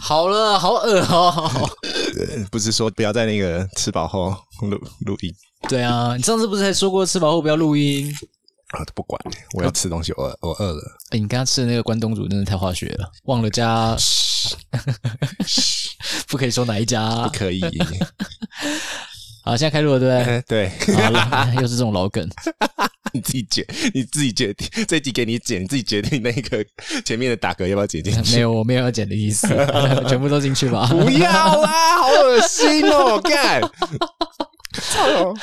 好了，好恶 哦。不是说不要在那个吃饱后录录音对啊，你上次不是还说过吃饱后不要录音？啊？不管，我要吃东西，我饿我饿了。哎、你刚刚吃的那个关东煮真的太化学了，忘了加， 不可以说哪一家啊不？可以，好，现在开录了，对 对，不对？好了，又是这种老梗。你自己决，你自己决定，这集给你剪，你自己决定那个前面的打嗝要不要剪进去。没有，我没有要剪的 意思，全部都进去吧。不要啦，好恶心 哦！干，操！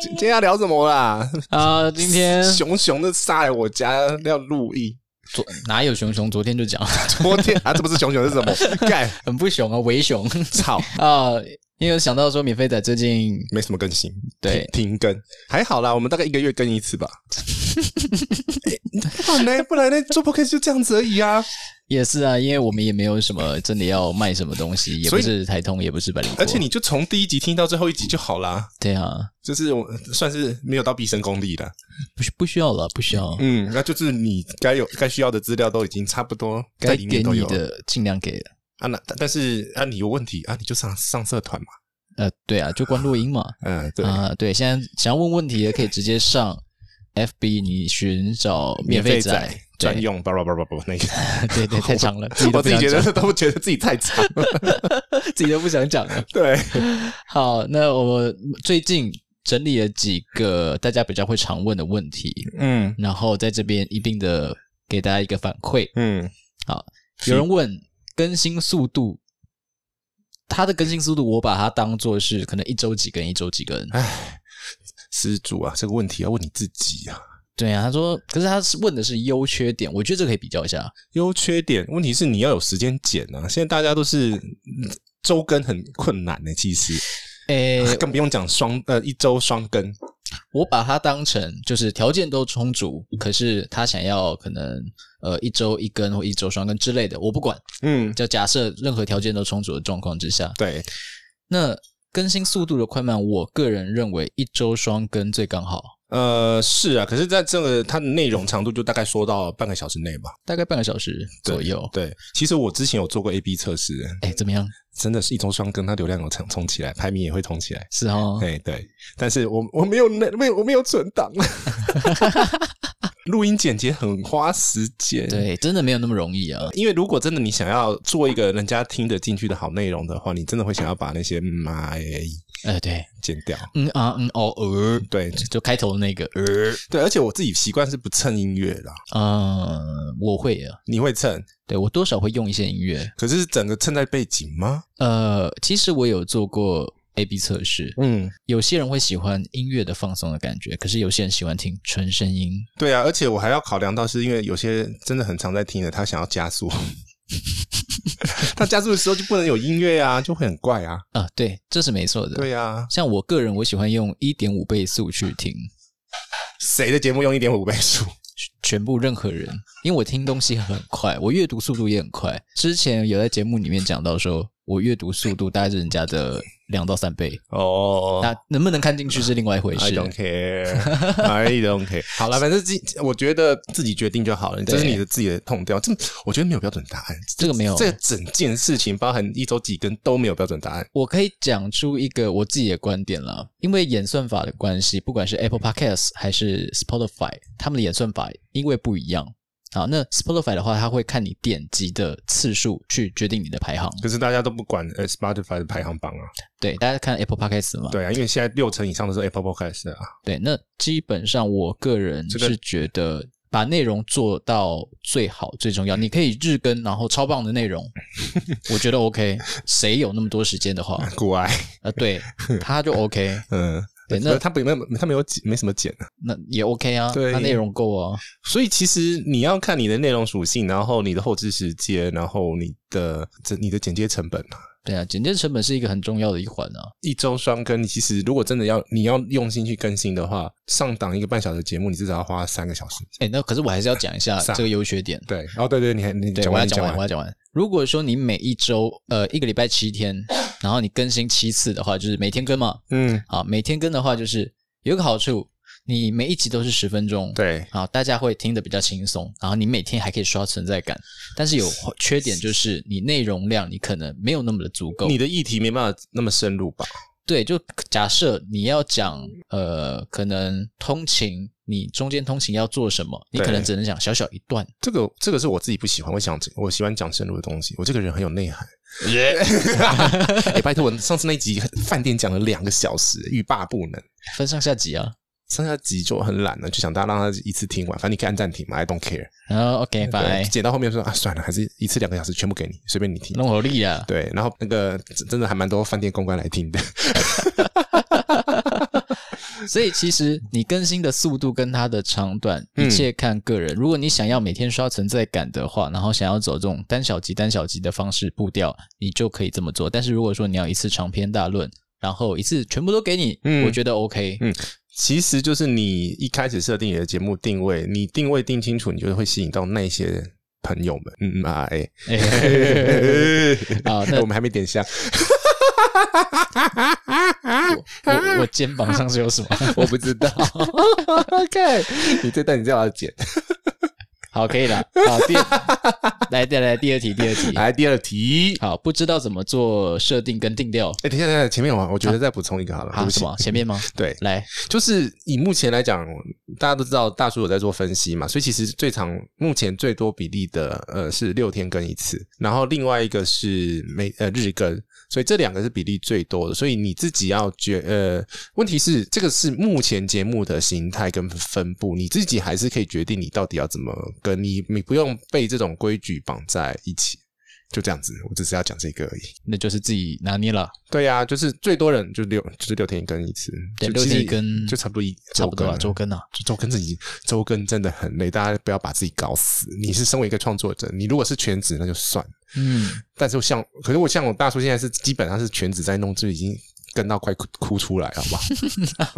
今今天要聊什么啦？啊、今天熊熊的杀来我家要录音，昨哪有熊熊？昨天就讲 了昨天啊，这不是熊熊是什么？干，很不熊啊，伪熊 操！啊！因为想到说免费仔最近没什么更新，对停停更还好啦，我们大概一个月更一 次吧。不然呢？不然呢？做 p o c a s t 就这样子而已啊。也是啊，因为我们也没有什么真的要卖什么东西，也不所以是台通，也不是百灵果，而且你就从第一集听到最后一集就好啦，对啊，就是我算是没有到毕生功力了。不需不需要了，不需要，嗯，那就是你该有该需要的资料都已经差不多在该里给面都你有了的尽量给了。啊。那但但是啊，你有问题啊，你就上上社团嘛。呃，对啊，就关录音嘛。嗯， 对，啊、对，现在想要问问题的可以直接上 FB，你寻找免费仔免专用，叭叭叭叭叭那个。 对对对，太 长了，自己都我不自己想觉讲，得都觉得自己 太长了。自己都不想讲了。对，好，那我最近整理了几个大家比较会常问的问题，嗯然后在这边一并的给大家一个反馈。嗯，有人问更新速度，它的更新速度我把它当做是可能一周几更，一周几更。施主啊，这个问题要问你自己啊。对啊，他说，可是他是问的是优缺点，我觉得这可以比较一下。优缺点，问题是你要有时间剪啊。现在大家都是嗯周更很困难呢、其实啊诶、更不用讲双呃一周双更。我把它当成就是条件都充足，可是他想要可能呃一周一根或一周双根之类的，我不管。嗯，就假设任何条件都充足的状况之下，对，那更新速度的快慢，我个人认为一周双更最刚好，呃，是啊。可是，在这个它的内容长度就大概说到半个小时内吧大概半个小时左右。对，其实我之前有做过 A B 测试，哎，怎么样？真的是一周双更，它流量有冲冲起来，排名也会冲起来。是哦，对对，但是我我没有那没有我没有存 档， 录音剪辑很花时间。对，真的没有那么容易啊。因为如果真的你想要做一个人家听得进去的好内容的话，你真的会想要把那些嗯啊哎哎哎，对，剪掉。嗯啊嗯哦呃，对就开头的那个呃，对，而且我自己习惯是不蹭音乐啦，嗯，我会啊，你会蹭，对我多少会用一些音乐。可是整个蹭在背景吗？呃，其实我有做过 A B 测试，嗯，有些人会喜欢音乐的放松的感觉，可是有些人喜欢听纯声音。对啊，而且我还要考量到是因为有些真的很常在听的，他想要加速， 他加速的时候就不能有音乐啊，就会很怪啊。啊，对，这是没错的。对啊，像我个人，我喜欢用一点五倍速去听谁的节目用一点五倍速？全部任何人，因为我听东西很快，我阅读速度也很快。之前有在节目里面讲到说，我阅读速度大概是人家的两到三倍，哦那能不能看进去是另外一回 I 事。 don't care, I don't care。好了，反正自己我觉得自己决定就好了，对这是你的自己的痛调。这我觉得没有标准答案，这个没有这整件事情包含一周几根都没有标准答案。我可以讲出一个我自己的观点啦，因为演算法的关系，不管是 Apple Podcast 还是 Spotify，他们的演算法因为不一样。好，那 Spotify 的话，它会看你点击的次数去决定你的排行。可是大家都不管呃 Spotify 的排行榜啊，对，大家看 Apple Podcast 嘛，对啊，因为现在六成以上都是 Apple Podcast 啊。对，那基本上我个人这个是觉得把内容做到最好最重要。你可以日更，然后超棒的内容，我觉得 OK。谁有那么多时间的话，古埃，呃， 对，他就 OK，嗯，对那他不没有他没有剪没什么剪啊。那也 OK 啊，对那内容够啊。所以其实你要看你的内容属性，然后你的后置时间，然后你的这你的剪接成本啊。对啊，剪接成本是一个很重要的一环啊。一周双更，你其实如果真的要你要用心去更新的话，上档一个半小时的节目，你至少要花三个小时。哎，那可是我还是要讲一下是啊这个优缺点。对，哦，对对，你还你对，讲我完要你哎讲完，完我，要讲完。如果说你每一周呃一个礼拜七天，然后你更新七次的话，就是每天更嘛，嗯，啊，每天更的话，就是有一个好处，你每一集都是十分钟，，对，好，大家会听得比较轻松，然后你每天还可以刷存在感，但是有缺点就是你内容量你可能没有那么的足够。你的议题没办法那么深入吧？对，就假设你要讲呃，可能通勤，你中间通勤要做什么，你可能对只能讲小小一段。这个这个是我自己不喜欢，我想我喜欢讲深入的东西。我这个人很有内涵。 耶！哎，拜托，我上次那集饭店讲了两个小时，欲罢不能。 分上下集啊。上下集就很懒了，就想大家让他一次听完，反正你可以按暂停嘛，I don't care。然后 OK，拜对，，剪到后面说啊，算了，还是一次两个小时全部给你，随便你听。弄好力啊。对，然后那个真真的还蛮多饭店公关来听的，所以其实你更新的速度跟它的长短，嗯一切看个人。如果你想要每天刷存在感的话，然后想要走这种单小集、单小集的方式步调，你就可以这么做。但是如果说你要一次长篇大论，然后一次全部都给你，嗯我觉得 OK。嗯其实就是你一开始设定你的节目定位，你定位定清楚，你就会吸引到那些朋友们。嗯嗯啊，哎、 哎 好那我们还没点香，我 我我肩膀上是有什么？我不知 道。OK，你这段你就要剪。好，可以了。好，第来再来第二题，第二题。来第二题，好，不知道怎么做设定跟定调，哎、等一下，等一下，前面我我觉得再补充一个好了，对好不起什么？前面吗？对，来，就是以目前来讲，大家都知道大叔有在做分析嘛，所以其实最长目前最多比例的呃是六天更一次，然后另外一个是每呃日更，所以这两个是比例最多的。所以你自己要觉呃，问题是这个是目前节目的形态跟分布，你自己还是可以决定你到底要怎么跟你你不用被这种规矩绑在一起，就这样子。我只是要讲这个而已。那就是自己拿捏了。对呀、就是最多人就六，就是六天一更一次，对就其六实天一更就差不多一差不多啊，周周更更啊，就周更自己周更真的很累，大家不要把自己搞死。你是身为一个创作者，你如果是全职那就算，了。嗯，但是像可是我像我大叔现在是基本上是全职在弄，就已经跟到快哭哭出来，好 不好？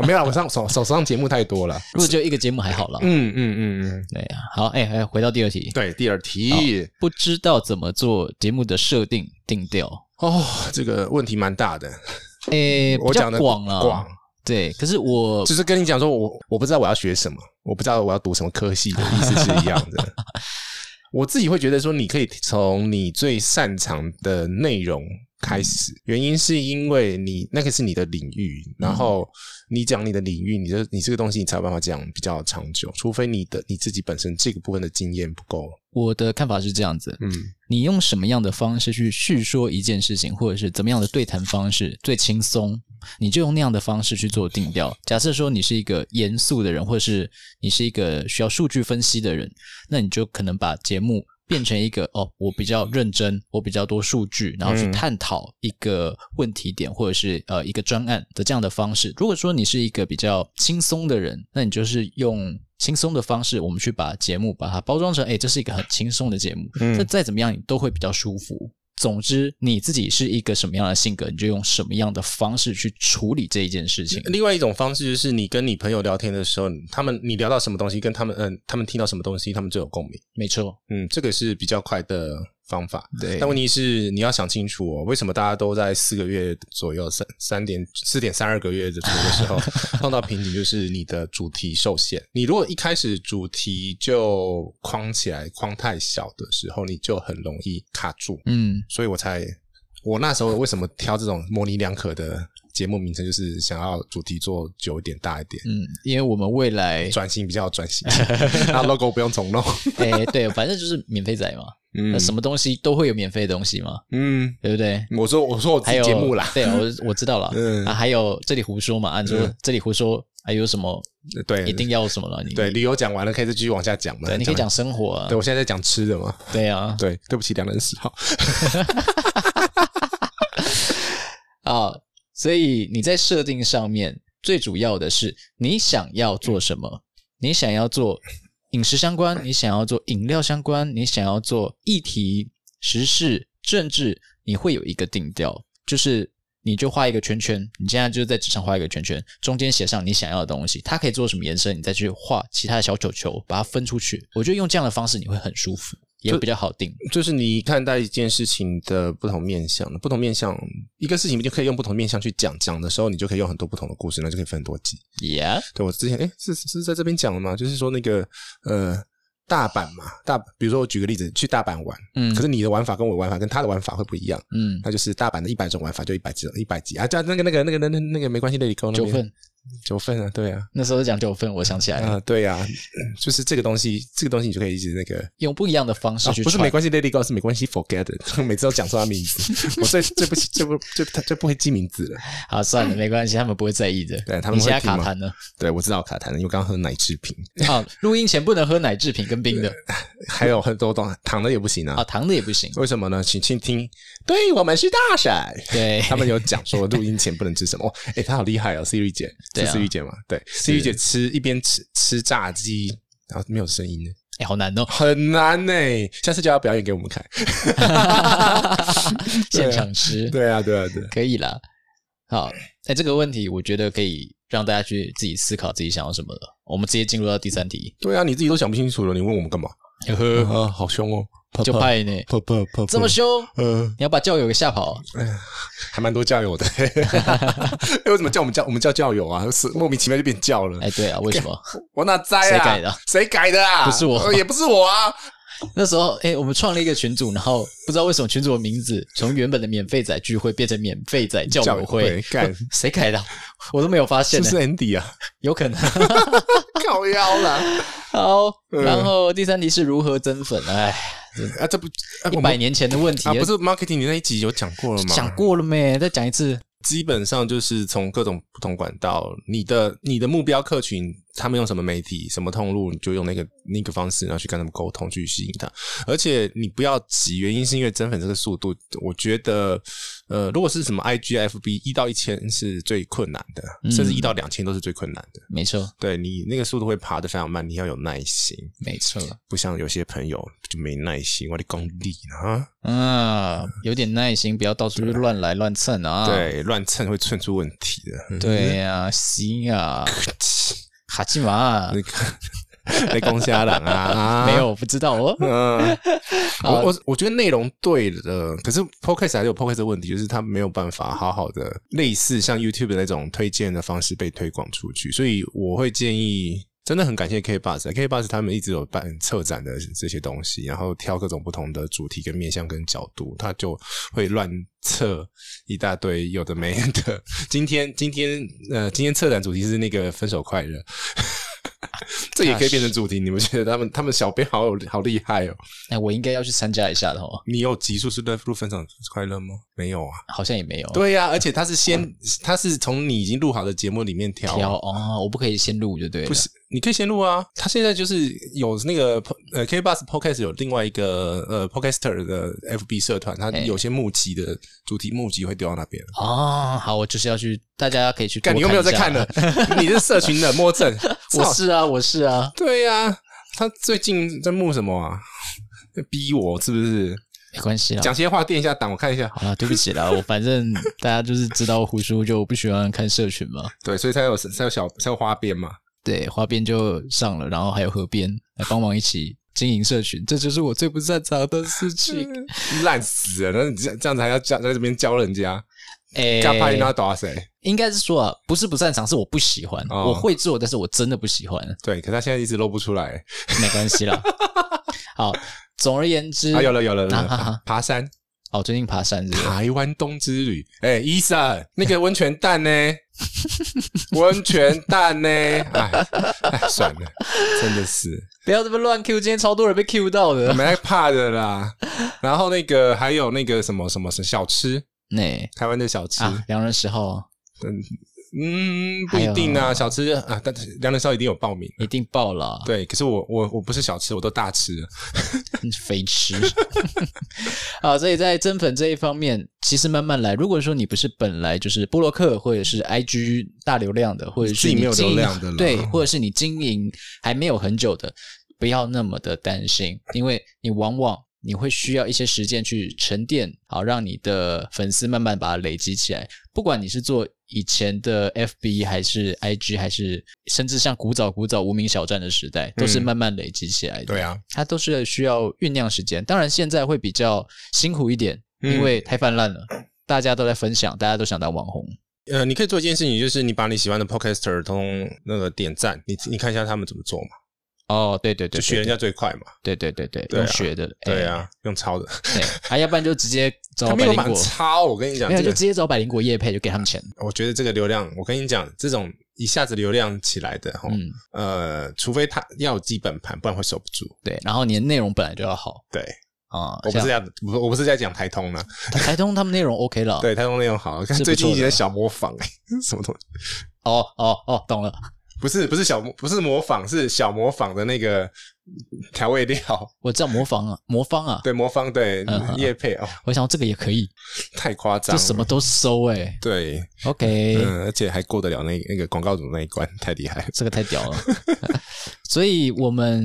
啊没有啦，我上手手上节目太多了。如果只有一个节目还好啦。嗯嗯嗯嗯，对啊，好，哎、哎，回到第二题，对，第二题不知道怎么做节目的设定定调，哦，这个问题蛮大的，哎、嗯我比较讲的广了，广。对，可是我就是跟你讲说我我不知道我要学什么，我不知道我要读什么科系的意思是一样 的。我自己会觉得说，你可以从你最擅长的内容开始，原因是因为你那个是你的领域，然后你讲你的领域，你这你这个东西你才有办法讲比较长久，除非你的你自己本身这个部分的经验不够。我的看法是这样子，嗯，你用什么样的方式去叙说一件事情，或者是怎么样的对谈方式最轻松，你就用那样的方式去做定调。假设说你是一个严肃的人，或者是你是一个需要数据分析的人，那你就可能把节目变成一个哦，我比较认真，我比较多数据，然后去嗯探讨一个问题点或者是呃一个专案的这样的方式。如果说你是一个比较轻松的人，那你就是用。轻松的方式，我们去把节目把它包装成，哎、这是一个很轻松的节目。嗯这再怎么样，你都会比较舒服。总之，你自己是一个什么样的性格，你就用什么样的方式去处理这一件事情。另外一种方式就是你跟你朋友聊天的时候，他们你聊到什么东西，跟他们嗯、他们听到什么东西，他们最有共鸣。没错，嗯，这个是比较快的方法。对但问题是，你要想清楚哦，为什么大家都在四个月左右，三三点四点三二个月的左右的时 候碰到瓶颈，就是你的主题受限。你如果一开始主题就框起来框太小的时候，你就很容易卡住。嗯，所以我才，我那时候为什么挑这种模棱两可的节目名称，就是想要主题做久一点、大一点，嗯，因为我们未 来，转型比较有转型， 那 logo 不用 重弄。哎、对，反正就是免费仔嘛，那嗯什么东西都会有免费的东西嘛，嗯。对不对？我说我说我自还己有节目啦，，对，我我知 道了。嗯啊，还有这里胡说嘛，啊，你说这里胡说，还有什么对，一定要什么了？你对旅游讲完了，可以再继续往下讲嘛？对，你可以了。讲生活啊对，，我现在在讲吃的嘛。对啊，对，对不起，两人十号。啊，所以你在设定上面最主要的是你想要嗯做什么，你想要做饮食相关，你想要做饮料相关，你想要做议题、时事、政治，你会有一个定调，就是。你就画一个圈圈，你现在就是在纸上画一个圈圈，中间写上你想要的东西，它可以做什么延伸，你再去画其他的小球球，把它分出去。我觉得用这样的方式你会很舒服，也比较好定。就是你看待一件事情的不同面向，不同面向一个事情，你就可以用不同面向去讲。讲的时候，你就可以用很多不同的故事，那就可以分很多集。 Yeah，对我之前哎，是是在这边讲了吗？就是说那个呃，大阪嘛，大比如说我举个例子，去大阪玩，嗯可是你的玩法跟我的玩法跟他的玩法会不一样。嗯，那就是大阪的一百种玩法，就一百集，一百集啊！这那个那个那个那那那个没关系，那里扣那九边份九份啊，对啊，那时候讲九份，我想起来了，啊对啊，就是这个东西，这个东西你就可以一直那个用不一样的方式啊去、不传。是没关系，Lady Go 是没关系，Forget it，每次 都讲错他名字，我最最不最不最最最不会记名字了。好，算了，没关系，他们不会在意的。对他们你现在会听吗卡痰了。对，我知道卡痰了，因为我刚刚喝奶制品，好，录音前不能喝奶制品跟冰的还有很多东糖的也不行啊啊，。糖的也不行。为什么呢？请请听，对我们是大神。对，他们有讲说录音前不能吃什么，哦，哎、她好厉害哦，Siri 姐，对啊是 Siri 姐嘛？对，Siri 姐吃一边吃吃炸鸡，然后没有声音呢，哎，好难 哦，很难呢、下次就要表演给我们看。现场吃，对啊，对啊，对啊可以啦。好，哎，这个问题我觉得可以让大家去自己思考自己想要什么了。我们直接进入到第三题，对啊，你自己都想不清楚了，你问我们干嘛？呵呵，啊，好凶哦，啪 就啪派呢，啪啪啪，这么凶，凶，呃，你要把教友给吓跑。啊还蛮多教友的。 哎、为什么叫我们叫我们叫教友啊？是莫名其妙就变教了，哎，对啊，为什么？我哪栽啊？谁改的？谁改的啊？不是我呃也不是我啊。那时候，哎，我们创了一个群组，然后不知道为什么群组的名字从原本的免费仔聚会变成免费仔教教友友会会，干 谁改的啊？我都没有发 现是不呢是，Andy 啊？有可能。靠腰啦！好，嗯然后第三题是如何增粉？哎，啊，这不啊一我百们年前的问题啊，不是 marketing 你那一集有讲过了吗？讲过了没？再讲一次。基本上就是从各种不同管道，你的你的目标客群，他们用什么媒体、什么通路，你就用那个那个方式，然后去跟他们沟通，去吸引他。而且你不要急，原因是因为增粉这个速度，我觉得，呃，如果是什么 IG、FB 一到一千是最困难的，嗯甚至一到两千都是最困难的。没错，对你那个速度会爬得非常慢，你要有耐心，没错。不像有些朋友就没耐心，我的功力啊，啊，有点耐心，不要到处乱来乱蹭啊。对，乱蹭会蹭出问题的。嗯 对呀，行啊，哈基玛那 个在攻虾郎 啊，没。有，我不知道哦。 嗯，我我我觉得内容对了，可是 podcast 还有 podcast 的问题，就是它没有办法好好的类似像 YouTube 的那种推荐的方式被推广出去，所以我会建议，真的很感谢 K Bus K Bus 他们一直有办策展的这些东西，然后挑各种不同的主题跟面向跟角度，他就会乱测一大堆有的没的。今天今天呃，今天策展主题是那个分手快乐。这也可以变成主题，你们觉得他们他们小编好有好厉害哦？哎，我应该要去参加一下的哦，你有集数是对录分手快乐吗？没有啊。好像也没有。对呀、而且他是先，他是从你已经录好的节目里面挑啊，挑哦，我不可以先录就对了。不是，你可以先录啊。他现在就是有那个 po- 呃 K Bus Podcast 有另外一个呃 Podcaster 的 FB 社团，他哎有些募集的主题募集会丢到那边。哦，好，我就是要去，大家可以去。干，你有没有在看呢？？你是社 群冷漠症。 我操是啊，我是啊。对呀、他最近在募什么啊？在逼我是不是？没关系啦，讲些话垫一下档，我看一下。好啦，对不起啦，我反正大家就是知道胡叔就不喜欢看社群嘛，对，所以才有才有小才有花边嘛。对，花边就上了，然后还有河边来帮忙一起经营社群，这就是我最不擅长的事情。嗯烂死了！那你这这样子还要教在这边教人家，哎、加帕里纳打谁？应该是说啊，不是不擅长，是我不喜欢，哦我会做，但是我真的不喜欢，对，可他现在一直露不出来。没关系 啦。好，总而言之，啊，有了有了，有啊哈哈了爬山，哦，最近爬山是不是台湾东之旅。哎，医生，那个温泉 蛋呢？温泉蛋呢？哎，哎算了，真的是不要这么乱 Q，今天超多人被 Q 到的。 没在怕的啦。然后那个还有那个什么什么小吃，那、台湾的小吃，啊，良人十号嗯，不一定还啊，有小吃啊，但是梁仁烧一定有报名。一定爆了，对，可是我我我不是小吃，我都大吃。 肥吃。好，所以在增粉这一方面，其实慢慢来。如果说你不是本来就是布洛克或者是 IG 大流量的，或者是自己你没有经流营量的啦对，或者是你经营还没有很久的，不要那么的担心，因为你往往。你会需要一些时间去沉淀，好让你的粉丝慢慢把它累积起来。不管你是做以前的 FB 还是 IG 还是甚至像古早古早无名小站的时代，都是嗯慢慢累积起来的。对啊，它都是需要酝酿时间。当然，现在会比较辛苦一点，嗯因为太泛滥了，大家都在分享，大家都想当网红。呃，你可以做一件事情，就是你把你喜欢的 podcaster 通那个点赞，你你看一下他们怎么做嘛，哦，对对对，就学人家最快嘛。对，对对对对，对啊用学的，对哎，啊，用抄的，对，啊，要不然就直接找他没百有灵满果，抄。我跟你讲，没有这就个直接找百灵果叶配，就给他们钱。我觉得这个流量，我跟你讲，这种一下子流量起来的，吼，嗯，呃，除非他要有基本盘，不然会守不住。对，然后你的内容本来就要好对，啊，我不是像在，我不我不是在讲台通呢，台通他们内容 OK 了，对，台通内容好，看是不最近一错集的的小模仿，哎，什么东西？哦哦哦，懂了。不是不是小模不是模仿，是小模仿的那个调味料，我知道魔方啊，魔方啊，对，魔方对嗯嗯叶配哦，我想这个也可以，太夸张这了，什么都收哎对， ，OK，嗯，而且还过得了那那个广告主那一关，太厉害了。这个太屌了。 所以我们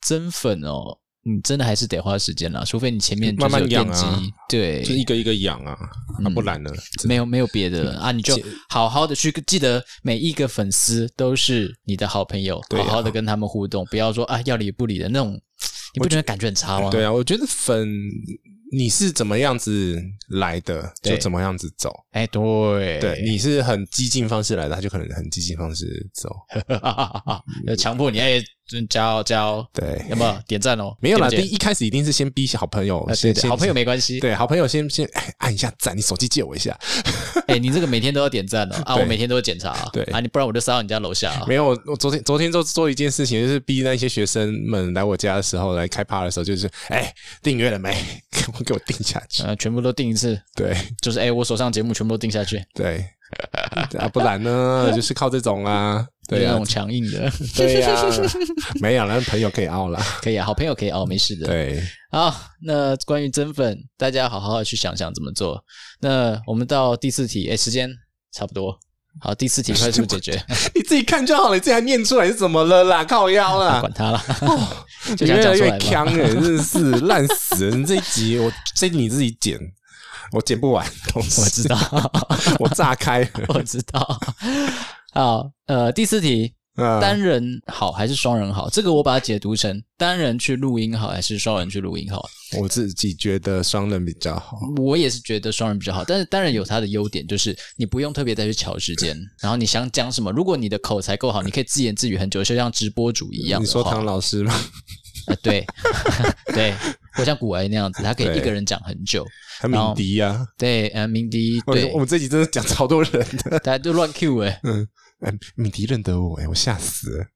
增粉哦，你真的还是得花时间啦，除非你前面就是有慢慢养奠啊基，对，就一个一个养啊，啊嗯不然呢？没有没有别的了啊，你就好好的去记得每一个粉丝都是你的好朋友，对啊好好的跟他们互动，不要说啊要理不理的那种，你不觉得感觉很差吗？对啊，我觉得粉你是怎么样子来的，对就怎么样子走。哎，对对，你是很激进方式来的，他就可能很激进方式走。 要强迫你哎，加油加油，对，有没有点赞哦？没有啦，点第不点一开始一定是先逼好朋友啊，对先对先好朋友没关系，对好朋友先先哎按一下赞，你手机借我一下。 哎、你这个每天都要点赞哦，啊，对我每天都会检查、啊，对啊，你不然我就杀到你家楼下啊没。有，我我昨天昨天做做一件事情，就是逼那些学生们来我家的时候，来开趴的时候，就是哎订阅了没？ 给我给我订下去。呃，全部都定一次，对就是哎、我手上节目全部都定下去，对， 啊不然 呢，就是靠这种啊，对就是那啊种强硬的， 对呀、没有啦，朋友可以傲啦。可以啊，好朋友可以哦，没事的。对，好，那关于增粉，大家好好的去想想怎么做。那我们到第四题，哎、时间差不多，好，第四题快速 解决，你自己看就好了，你自己还念出来是怎么了啦？靠腰啊 啦！管他啦， 就你想讲越来出哦越来强吧。哎、真的是烂死人！这一集我这一集你自己剪，我剪不完，同 我时知道， 我炸开了。我知道。好，呃，第四题，嗯、单人好还是双人好？这个我把它解读成单人去录音好还是双人去录音好？我自己觉得双人比较好。我也是觉得双人比较好，但是单人有它的优点，就是你不用特别再去瞧时 间，然后你想讲什么，如果你的口才够好，你可以自言自语很久，就像直播主一样你的说话唐 老师吗？呃对 对，我像古埃那样子，他可以对一个人讲很久。还敏迪呀、啊？对，呃，鸣笛，我对我，们这集真的讲超多人的。 大家都乱 Q 哎、哎，敏迪认得我哎、我吓死了。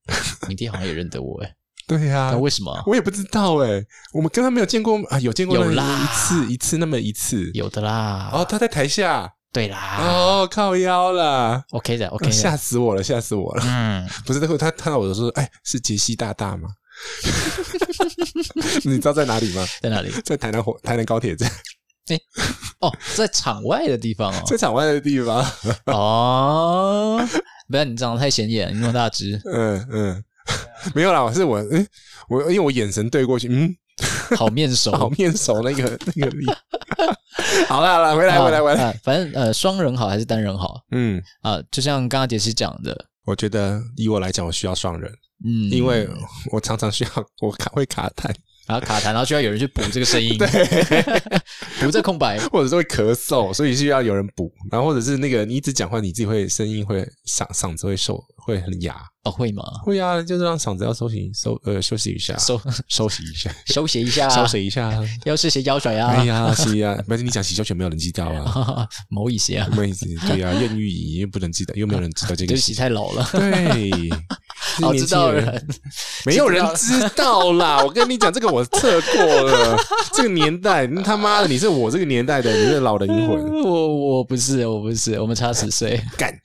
鸣笛好像也认得我 哎、对呀、那为什么？我也不知道哎、我们跟他没有见过啊，有见过有那啦一次一次那么一次。有的啦，哦，他在台下对啦、哦，靠腰啦，哦 o k 的，OK 吓的，死我了，吓死我了！嗯，不是，那个他看到我就说，哎，是杰西大 大吗？你知道在哪里吗？在哪里？在台南火台南高铁站，哦，在场外的地方哦， 在场外的地方。哦，不要你长得太显眼，你那么大只，嗯嗯， 没有啦，是我，嗯，我因为我眼神对过去，嗯，好面熟。 好面熟那个 那个力。好啦好啦，回来回来回来。啊，反正呃，双人好还是单人好嗯，啊？就像刚刚杰西讲的，我觉得以我来讲，我需要双人，嗯，因为我常常需要我卡会卡痰，然后卡痰，然后需要有人去补这个声 音，补这空白，或者是会咳嗽，所以需要有人补。然后或者是那个你一直讲话，你自己会声音会嗓嗓子会受会很哑。哦，会吗？会啊，就是让嗓子要休息休呃休息一下，收 啊休息一下，休息一下，休息一下。要是谁腰甩啊？哎呀，是呀，不是你讲洗消犬没有人知道啊。某一些啊，什么意思？对呀、艳遇已经不能记得，又没有人知道这 对个不起，事情。太老了。对，是哦，年知轻道人人，没有人知道啦。我跟你讲，这个我测 过了。这个年代，你他妈的，你是我这个年代的，你是老人阴 魂。我我不是，我不是，我们差十岁。干，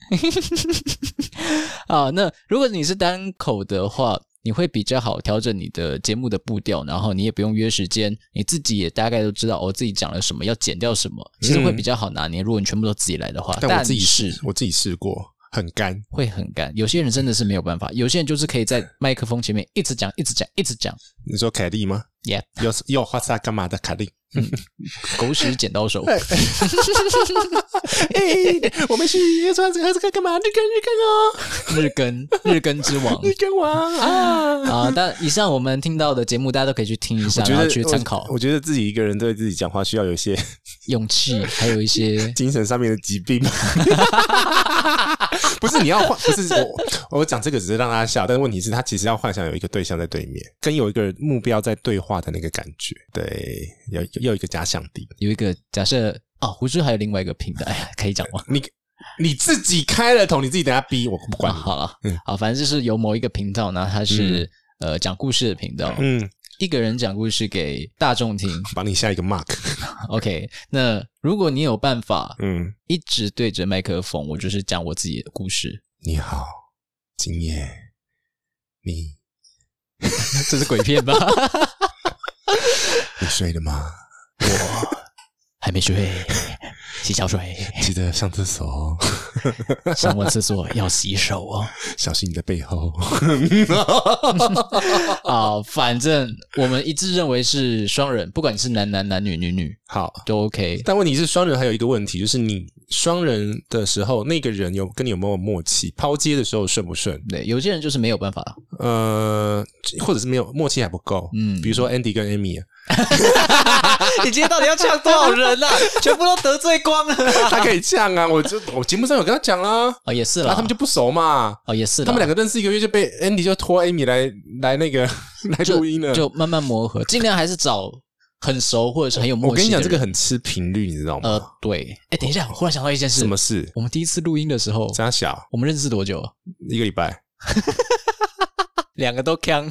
啊，那如果你是单口的话，你会比较好调整你的节目的步调，然后你也不用约时间，你自己也大概都知道我、哦、自己讲了什么，要剪掉什么，其实会比较好拿捏。如果你全部都自己来的话，嗯但我自己是试，我自己试过，很干。会很干。有些人真的是没有办法，有些人就是可以在麦克风前面一直讲、一直讲、一直讲。你说凯莉吗？ Yeah，有有花萨干嘛的凯 莉？狗屎剪刀手。哎、我们去要穿这个这个干嘛？日更日更哦，日更日更之王日更王啊！啊！但以上我们听到的节目，大家都可以去听一下，我觉然后得去参考我。我觉得自己一个人对自己讲话需要有一些勇 气，还有一些精神上面的疾病。 不是你要幻，不是我我讲这个只是让大家笑，但是问题是，他其实要幻想有一个对象在对面，跟有一个目标在对话的那个感觉。对，要要有一个假想敌。有一个假设哦，胡叔还有另外一个平台，哎呀可以讲 吗？你你自己开了头，你自己等下逼我，不啊、管你。好了，嗯好，反正就是有某一个频道呢，它是、呃讲故事的频道，嗯，一个人讲故事给大众 听。帮你下一个 mark。 OK，那如果你有办法嗯，一直对着麦克风，我就是讲我自己的故事，你好，今夜你 这是鬼片吧？你睡了吗？ 还没睡，洗脚水， 记得上厕所哦， 上完厕所要洗手哦。小心你的背后。啊、反正我们一致认为是双人，不管你是男男、男女、女女好，都 OK。但问题是，双人还有一个问题，就是你双人的时候，那个人有跟你有没有默契？抛接的时候顺不顺？对，有些人就是没有办法，呃，或者是没有默契还不够。嗯嗯，比如说 Andy 跟 Amy， 你今天到底要呛多少人 啊？全部都得罪光了他可以这样啊， 我就我节目上有跟他讲啊， 哦，也是然啦，后他们就不熟嘛。哦也是啦，他们两个认识一个月就被 Andy 就拖 Amy 来来 那个来录音了。就慢慢磨合，尽量还是找很熟或者是很有默契。我跟你讲，这个，很吃频率，你知道吗？呃，对，哎，等一下，我忽然想到一件事，什么事？我们第一次录音的时候，张小我们认识多久？一个礼拜，两个都坑，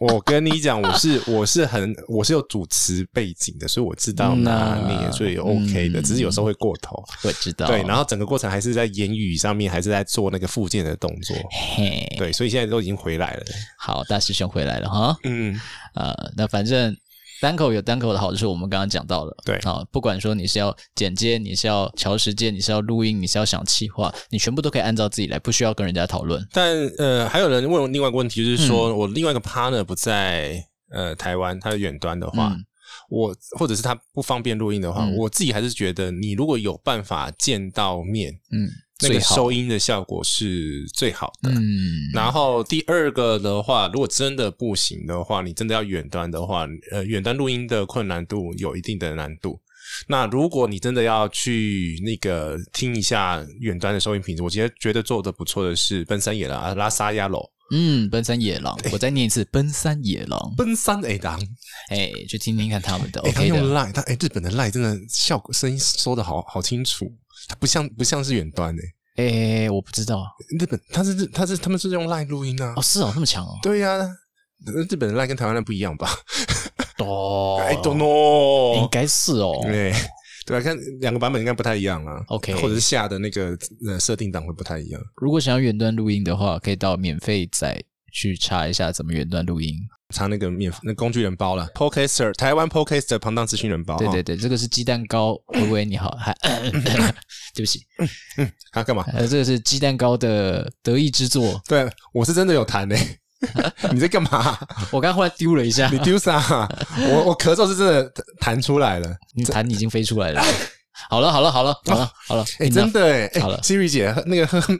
我跟你讲，我是我是很 我是有主持背景的，所以我知道拿嗯啊捏，所以 OK 的，嗯只是有时候会过头。 我知道。对，然后后整个过程还是在言语上面，还是在做那个附件的动作。嘿，对，所以现在都已经回来了。好，大师兄回来了哈。嗯，呃，那反正单口有单口的好，就是我们刚刚讲到的，对啊，不管说你是要剪接，你是要调时间，你是要录音，你是要想气话，你全部都可以按照自己来，不需要跟人家讨论。但呃，还有人问我另外一个问题，就是说、嗯我另外一个 partner 不在呃台湾，他的远端的话，嗯我或者是他不方便录音的话，嗯我自己还是觉得，你如果有办法见到面，嗯，那个最好收音的效果是最好的。嗯，然后第二个的话，如果真的不行的话，你真的要远端的话，呃，远端录音的困难度有一定的难度。那如果你真的要去那个听一下远端的收音品质，我觉得觉得做的不错的是奔山野狼啊，拉萨亚楼，嗯，奔山野哎狼，我再念一次，奔山野狼，奔山野狼，哎，去听听看他们的哎、他，OK 用的，赖，他哎、日本的赖真的效果声音收的好好清楚，它不像不像是远端哎、哎，我不知道日本他是他是他们是用赖录音啊哦，，是哦，那么强哦，对呀、日本的赖跟台湾的不一样吧、哦 i don't 应 know，该是哦，哎对对吧？啊看两个版本应该不太一样啊。 OK 或者是下的那个呃设定档会不太一样。如果想要远端录音的话，可以到免费仔去查一下怎么远端录音。查那个免那工具人包了 p o d c a s t e r 台湾 p o d c a s t e r 旁当资讯人包。对对哦，对，这个是鸡蛋糕。微微你好， 还对不起，他、啊干嘛？呃，这个是鸡蛋糕的得意之作。对，啊我是真的有谈 呢、你在干嘛？我刚忽然丢了一下你，丢啥？我我咳嗽是真的弹出来了。你痰已经飞出来 了。好了好了好了好了好了，哎、 enough 真的哎、欸，好了 Siri 姐喝那个 喝喝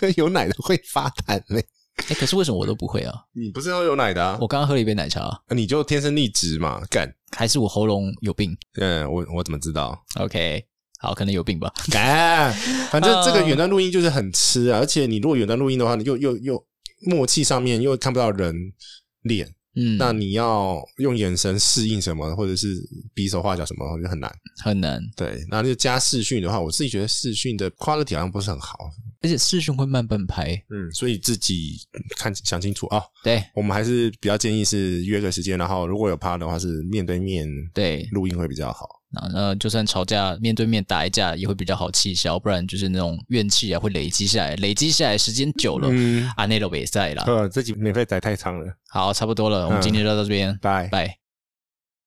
喝有奶的会发痰嘞、哎，可是为什么我都不会啊？你不是喝有奶的啊？我刚刚喝了一杯奶茶，你就天生丽质嘛，干。还是我喉咙有病嗯，我我怎么知道？ ？OK，好，可能有病吧。 敢，哎反正这个远端录音就是很吃啊，而且你如果远端录音的话，你又又又默契上面又看不到人脸，嗯，那你要用眼神适应什么，或者是比手画脚什么，就很难。很难，对，然后就加视讯的话，我自己觉得视讯的 quality 好像不是很好，而且视讯会慢半拍。嗯，所以自己看想清楚啊、对我们还是比较建议是约个时间，然后如果有趴的话是面对面对，录音会比较好。然后就算吵架，面对面打一架也会比较好气消，不然就是那种怨气啊会累积下来，累积下来时间久了，嗯，啊，那都没在啦。呃，这集免费仔太长了，好，差不多了，我们嗯今天就到这边，拜。拜。